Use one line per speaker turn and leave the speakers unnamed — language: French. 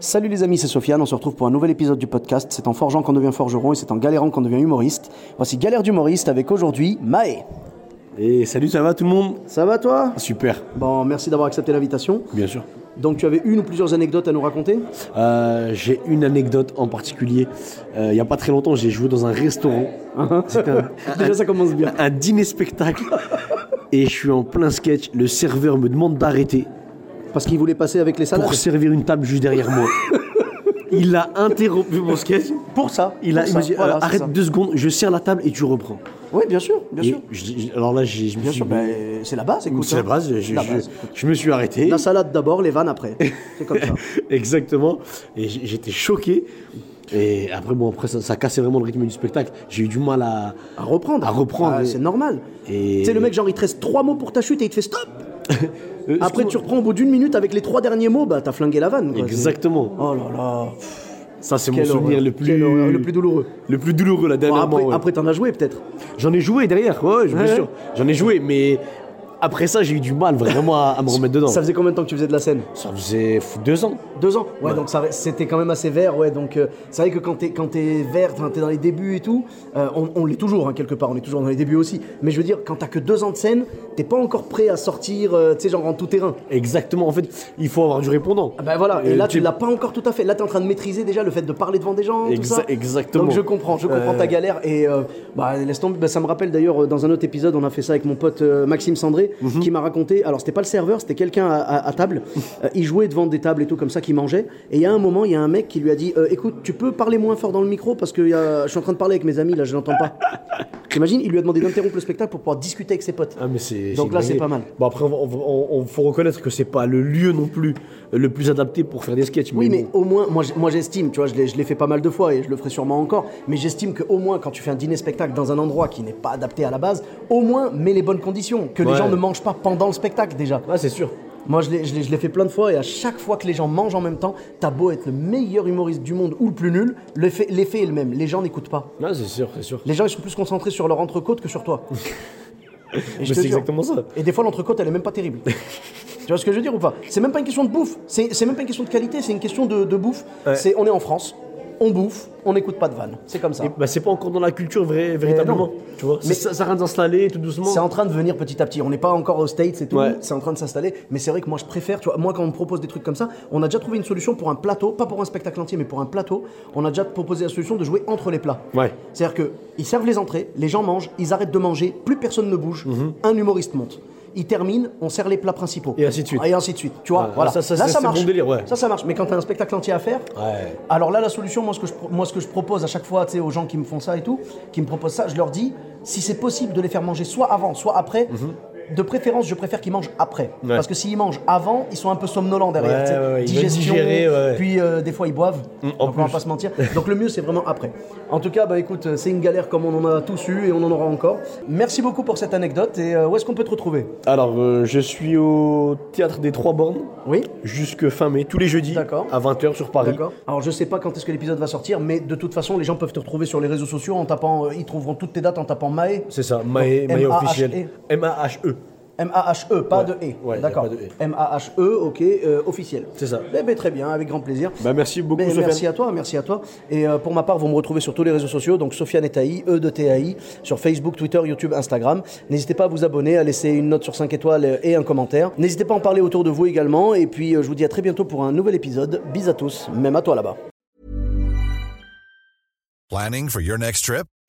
Salut les amis, c'est Sofiane, on se retrouve pour un nouvel épisode du podcast. C'est en forgeant qu'on devient forgeron et c'est en galérant qu'on devient humoriste. Voici Galère d'humoriste avec aujourd'hui Maë.
Et salut, ça va tout le monde
Ça va toi
Super,
Bon, merci d'avoir accepté l'invitation.
bien sûr.
Donc tu avais une ou plusieurs anecdotes à nous raconter
Euh, j'ai une anecdote en particulier. Euh, Il n'y a pas très longtemps, j'ai joué dans un restaurant. C'était un,
Déjà ça commence bien.
un dîner-spectacle. Et je suis en plein sketch. Le serveur me demande d'arrêter
Parce qu'il voulait passer avec les salades.
pour servir une table juste derrière moi. Il a interrompu mon sketch.
Pour ça.
Il a,
pour
il
ça,
me dit,
voilà,
euh,
c'est
arrête
ça.
deux secondes, je serre la table et tu reprends.
Oui, bien sûr, bien
Et
sûr.
je dis- je- alors là, j'ai- je me
Bien
suis
sûr, ben, c'est la base, écoute.
C'est la
hein.
base, je, je-
La base.
je me suis arrêté.
La salade d'abord, les vannes après. C'est comme ça.
Exactement. Et j- j'étais choqué. Et après, bon, après, ça, ça cassait vraiment le rythme du spectacle. J'ai eu du mal à,
À reprendre.
À reprendre.
Ah, c'est normal.
Et-
Tu sais, le mec, genre, il te reste trois mots pour ta chute et il te fait stop.
Euh,
Après,
je-
tu reprends au bout d'une minute avec les trois derniers mots, bah, t'as flingué la vanne. quoi.
Exactement.
Oh là là. Pff,
Ça, c'est mon
quelle
souvenir
horreur.
le plus...
Quelle horreur, le plus douloureux.
Le plus douloureux, là,
Bon,
dernièrement.
après,
ouais.
après, t'en as joué peut-être.
J'en ai joué derrière, ouais, ouais, je- bien
Ouais.
sûr. J'en ai joué, mais après ça, j'ai eu du mal vraiment à, à me remettre dedans.
Ça
Ça,
faisait combien de temps que tu faisais de la scène
faisait deux ans.
Deux ans. Ouais, donc ça- c'était quand même assez vert. Ouais, donc euh, c'est vrai que quand t'es quand t'es vert, enfin, t'es dans les débuts et tout, euh, on, on l'est toujours hein, quelque part. On est toujours dans les débuts aussi. Mais je veux dire, quand t'as que deux ans de scène, t'es pas encore prêt à sortir, euh, tu sais, genre en tout terrain.
Exactement. En fait, il faut avoir du répondant.
Ah Ben voilà, et
Euh,
là tu
tu-
l'as pas encore tout à fait. Là t'es en train de maîtriser déjà le fait de parler devant des gens. tout
Exa-
ça.
exactement.
Donc je comprends, je comprends
Euh.
ta galère et euh, bah, laisse tomber. Bah, ça me rappelle d'ailleurs euh, dans un autre épisode, on a fait ça avec mon pote euh, Maxime Sandré
Mhm.
qui m'a raconté. Alors c'était pas le serveur, c'était quelqu'un à, à- à table. Euh, il jouait devant des tables et tout comme ça, qui mangeait. Et il y a un moment, il y a un mec qui lui a dit euh, "Écoute, tu peux parler moins fort dans le micro parce que il y a- je suis en train de parler avec mes amis là, je l'entends pas." T'imagines Il lui a demandé d'interrompre le spectacle pour pouvoir discuter avec ses potes.
Ah, mais c'est-
Donc là,
dingue.
c'est pas mal.
Bon, après, on, va- on va- on- on- faut reconnaître que c'est pas le lieu non plus le plus adapté pour faire des sketchs.
Oui, mais
bon.
au moins, moi, j- moi j'estime, tu vois, je l'ai, je l'ai fait pas mal de fois et je le ferai sûrement encore, mais j'estime qu'au moins, quand tu fais un dîner-spectacle dans un endroit qui n'est pas adapté à la base, au moins, mets les bonnes conditions, que les
Ouais.
gens ne mangent pas pendant le spectacle déjà.
Ah, c'est sûr.
Moi, je l'ai, je l'ai- je l'ai fait plein de fois et à chaque fois que les gens mangent en même temps, t'as beau être le meilleur humoriste du monde ou le plus nul, l'effet, l'effet est le même, les gens n'écoutent pas.
Ah, c'est sûr, c'est sûr.
Les gens, ils sont plus concentrés sur leur entrecôte que sur toi. Et je te
c'est
jure.
exactement ça.
Et des fois, l'entrecôte, elle est même pas terrible. tu vois ce que je veux dire ou pas C'est même pas une question de bouffe. C'est c'est même pas une question de qualité, c'est une question de, de bouffe. C'est on est en France, on bouffe, on n'écoute pas de vannes. C'est comme ça.
Et bah, c'est pas encore dans la culture vrai- véritablement.
Eh non.
Tu vois,
Mais-
mais ça, ça reste installé tout doucement.
C'est en train de venir petit à petit. On n'est pas encore aux States et tout.
Ouais.
C'est en train de s'installer. Mais c'est vrai que moi, je préfère. Tu vois, moi, quand on me propose des trucs comme ça, on a déjà trouvé une solution pour un plateau, pas pour un spectacle entier, mais pour un plateau. On a déjà proposé la solution de jouer entre les plats.
Ouais.
C'est-à-dire que ils servent les entrées, les gens mangent, ils arrêtent de manger, plus personne ne bouge. Un humoriste monte. Il termine, on sert les plats principaux.
Mhm. Et ainsi de suite.
Et ainsi de suite. Tu vois,
Ouais,
voilà.
ça, ça,
là,
ça,
ça
c'est
marche.
bon délire, ouais.
Ça, ça marche. Mais quand t'as un spectacle entier à faire,
Ouais.
alors là, la solution, moi, ce que je, pro- moi, ce que je propose à chaque fois, tu sais, aux gens qui me font ça et tout, qui me proposent ça, je leur dis, si c'est possible de les faire manger soit avant, soit après. De préférence, je préfère qu'ils mangent après.
Mhm. Ouais.
Parce que s'ils mangent avant, ils sont un peu somnolents derrière.
Ouais,
tu sais.
ouais, ouais, ils veulent
Digestion,
digérer, ouais. Mm,
puis euh, des fois ils boivent.
en
Donc, on va
plus.
pas se mentir. Donc le mieux, c'est vraiment après. En tout cas, bah écoute, euh, c'est une galère comme on en a tous eu et on en aura encore. Merci beaucoup pour cette anecdote. Et euh, où est-ce qu'on peut te retrouver
Alors, euh, je suis au théâtre des Trois Bornes
Oui
jusque fin mai, tous les jeudis,
D'accord.
à 20h sur Paris.
D'accord. Alors je sais pas quand est-ce que l'épisode va sortir, mais de toute façon, les gens peuvent te retrouver sur les réseaux sociaux en tapant, euh, ils trouveront toutes tes dates en tapant Mae.
C'est ça, Mahe,
Donc,
Mahe
M-A-H-E.
officiel.
E.
M-A-H-E.
M-A-H-E, pas
Ouais.
de E.
Ouais, y a
D'accord.
pas de E.
M-A-H-E, ok, euh, officiel.
C'est ça.
Eh ben, très bien, avec grand plaisir.
Bah, merci beaucoup,
Ben,
Sofiane.
merci à toi, merci à toi. Et euh, pour ma part, vous me retrouvez sur tous les réseaux sociaux, donc Sofiane et Taï, E de TAI, sur Facebook, Twitter, YouTube, Instagram. N'hésitez pas à vous abonner, à laisser une note sur 5 étoiles euh, et un commentaire. N'hésitez pas à en parler autour de vous également. Et puis, euh, je vous dis à très bientôt pour un nouvel épisode. Bis à tous, même à toi là-bas.
Planning for your next trip?